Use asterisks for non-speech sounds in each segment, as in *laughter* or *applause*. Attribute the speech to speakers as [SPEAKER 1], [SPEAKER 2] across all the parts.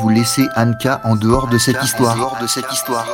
[SPEAKER 1] vous laissez Anka en dehors de cette histoire. de cette histoire.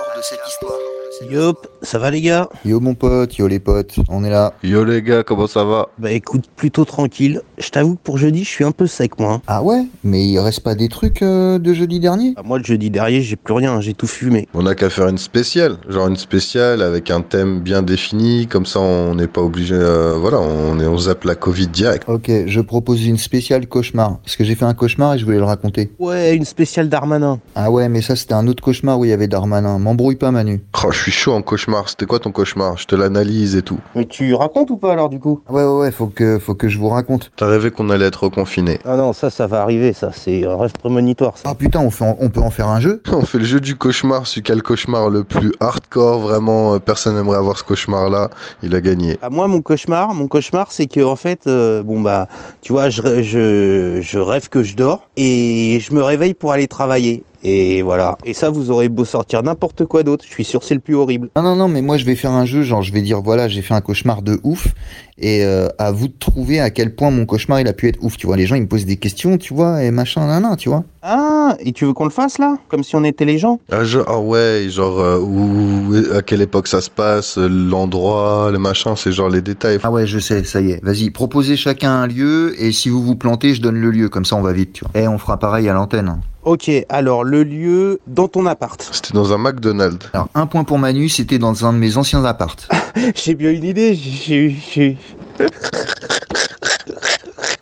[SPEAKER 2] Yop, ça va les gars
[SPEAKER 1] Yo mon pote, yo les potes, on est là.
[SPEAKER 3] Yo les gars, comment ça va
[SPEAKER 2] Bah écoute, plutôt tranquille. Je t'avoue que pour jeudi, je suis un peu sec moi. hein.
[SPEAKER 1] Ah ouais Mais il reste pas des trucs euh, de jeudi dernier
[SPEAKER 2] Bah, moi, le jeudi dernier, j'ai plus rien, j'ai tout fumé.
[SPEAKER 3] On a qu'à faire une spéciale, genre une spéciale avec un thème bien défini, comme ça on n'est pas obligé, euh, voilà, on, est, on zappe la Covid direct.
[SPEAKER 1] Ok, je propose une spéciale cauchemar. Parce que j'ai fait un cauchemar et je voulais le raconter.
[SPEAKER 2] Ouais, une spéciale Darmanin.
[SPEAKER 1] Ah ouais, mais ça c'était un autre cauchemar où il y avait Darmanin. M'embrouille pas Manu.
[SPEAKER 3] Oh, je suis chaud en cauchemar, c'était quoi ton cauchemar Je te l'analyse et tout.
[SPEAKER 2] Mais tu racontes ou pas alors du coup
[SPEAKER 1] Ah Ouais ouais ouais, faut que, faut que je vous raconte.
[SPEAKER 3] T'as rêvé qu'on allait être reconfiné. *laughs*
[SPEAKER 2] Ah non, ça, ça va arriver, ça. C'est un rêve prémonitoire, ça.
[SPEAKER 1] Ah putain, on, fait en- on peut en faire un jeu
[SPEAKER 3] On fait le jeu du cauchemar, celui qui a le cauchemar le plus hardcore, vraiment, euh, personne n'aimerait avoir ce cauchemar-là, il a gagné.
[SPEAKER 2] Ah, moi, mon cauchemar, mon cauchemar, c'est que en fait, euh, bon bah, tu vois, je, rê- je, je rêve que je dors et je me réveille pour aller travailler. Et voilà. Et ça, vous aurez beau sortir n'importe quoi d'autre, je suis sûr, c'est le plus horrible.
[SPEAKER 1] Non, non, non, mais moi je vais faire un jeu, genre je vais dire voilà, j'ai fait un cauchemar de ouf, et euh, à vous de trouver à quel point mon cauchemar il a pu être ouf, tu vois. Les gens ils me posent des questions, tu vois, et machin, nan, nan, tu vois.
[SPEAKER 2] Ah, et tu veux qu'on le fasse là, comme si on était les gens
[SPEAKER 3] Ah, je- ah ouais, genre, euh, où, où- à quelle époque ça se passe, euh, l'endroit, le machin, c'est genre les détails.
[SPEAKER 1] Ah ouais, je sais, ça y est. Vas-y, proposez chacun un lieu, et si vous vous plantez, je donne le lieu, comme ça on va vite, tu vois. Et on fera pareil à l'antenne. hein.
[SPEAKER 2] Ok, alors le lieu dans ton appart.
[SPEAKER 3] C'était dans un McDonald's.
[SPEAKER 1] Alors, un point pour Manu, c'était dans un de mes anciens appartes.
[SPEAKER 2] *laughs* J'ai bien une idée, j'ai- j'ai- j'ai-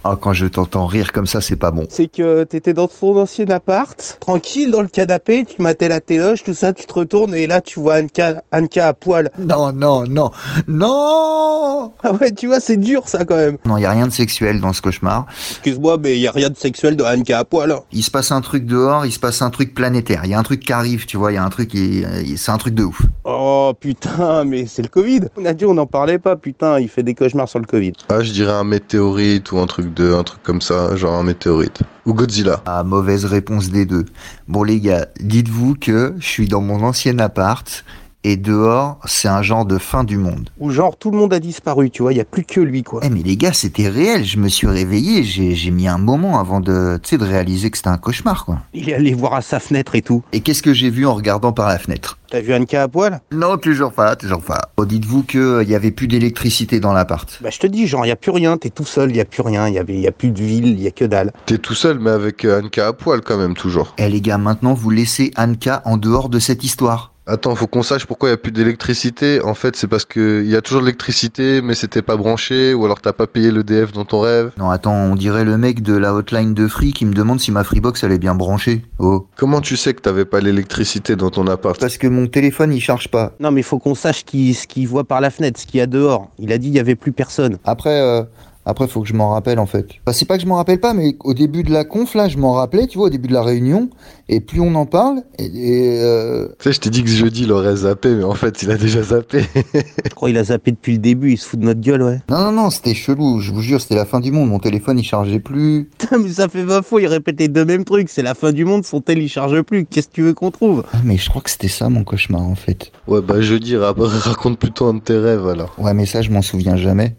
[SPEAKER 1] Ah, quand je t'entends rire comme ça, c'est pas bon.
[SPEAKER 2] c'est que t'étais dans ton ancien appart, tranquille dans le canapé, tu matais la téloche, tout ça, tu te retournes et là tu vois Anka, Anka à poil.
[SPEAKER 1] Non, non, non, non
[SPEAKER 2] *laughs* Ah ouais, tu vois, c'est dur ça quand même.
[SPEAKER 1] Non, y a rien de sexuel dans ce cauchemar.
[SPEAKER 2] Excuse-moi, mais y a rien de sexuel dans Anka à poil. hein.
[SPEAKER 1] il se passe un truc dehors, il se passe un truc planétaire. Il y a un truc qui arrive, tu vois, il y a un truc qui. euh, C'est un truc de ouf.
[SPEAKER 2] Oh putain, mais c'est le Covid. On a dit on n'en parlait pas, putain, il fait des cauchemars sur le Covid.
[SPEAKER 3] Ah, je dirais un météorite ou un truc de, un truc comme ça, genre un météorite. Ou Godzilla.
[SPEAKER 1] Ah, mauvaise réponse des deux. Bon, les gars, dites-vous que je suis dans mon ancien appart et dehors, c'est un genre de fin du monde.
[SPEAKER 2] Ou genre tout le monde a disparu, tu vois, y a plus que lui quoi.
[SPEAKER 1] Eh, mais les gars, c'était réel. Je me suis réveillé. J'ai j'ai mis un moment avant de, tu sais, de réaliser que c'était un cauchemar, quoi.
[SPEAKER 2] Il est allé voir à sa fenêtre et tout.
[SPEAKER 1] Et qu'est-ce que j'ai vu en regardant par la fenêtre
[SPEAKER 2] T'as vu Anka à poil
[SPEAKER 1] Non, toujours pas, toujours pas. Bon, dites-vous que euh, il y avait plus d'électricité dans l'appart.
[SPEAKER 2] Bah je te dis, genre, y a plus rien, t'es tout seul, y a plus rien, y a, y a plus de ville, y a que dalle.
[SPEAKER 3] T'es tout seul, mais avec euh, Anka à poil quand même, toujours.
[SPEAKER 1] Eh, les gars, maintenant, vous laissez Anka en dehors de cette histoire.
[SPEAKER 3] Attends, faut qu'on sache pourquoi il n'y a plus d'électricité. En fait, c'est parce que il y a toujours de l'électricité, mais c'était pas branché, ou alors t'as pas payé le DF dans ton rêve.
[SPEAKER 1] Non, attends, on dirait le mec de la hotline de Free qui me demande si ma Freebox elle est bien branchée. Oh.
[SPEAKER 3] Comment tu sais que t'avais pas l'électricité dans ton appart
[SPEAKER 1] Parce que mon téléphone il charge pas.
[SPEAKER 2] Non, mais faut qu'on sache qui- ce qu'il voit par la fenêtre, ce qu'il y a dehors. Il a dit il y avait plus personne.
[SPEAKER 1] Après, euh, après faut que je m'en rappelle en fait. Enfin, c'est pas que je m'en rappelle pas, mais au début de la conf là, je m'en rappelais, tu vois, au début de la réunion. Et plus on en parle, et, et, euh,
[SPEAKER 3] Tu sais, je t'ai dit que jeudi il aurait zappé, mais en fait il a déjà zappé. *laughs*
[SPEAKER 2] Je crois qu'il a zappé depuis le début, il se fout de notre gueule, ouais. *laughs*
[SPEAKER 1] non non non, c'était chelou. Je vous jure, c'était la fin du monde. Mon téléphone il chargeait plus.
[SPEAKER 2] Putain, mais ça fait 20 fois, il répète les deux mêmes trucs. C'est la fin du monde, son tel il charge plus. Qu'est-ce que tu veux qu'on trouve
[SPEAKER 1] Ah, mais je crois que c'était ça mon cauchemar en fait.
[SPEAKER 3] ouais, bah jeudi ra- raconte plutôt un de tes rêves alors.
[SPEAKER 1] Ouais, mais ça je m'en souviens jamais.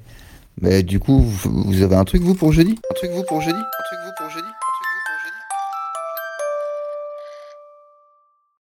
[SPEAKER 1] Mais du coup, vous, vous avez un truc vous pour jeudi Un truc vous pour jeudi Un truc vous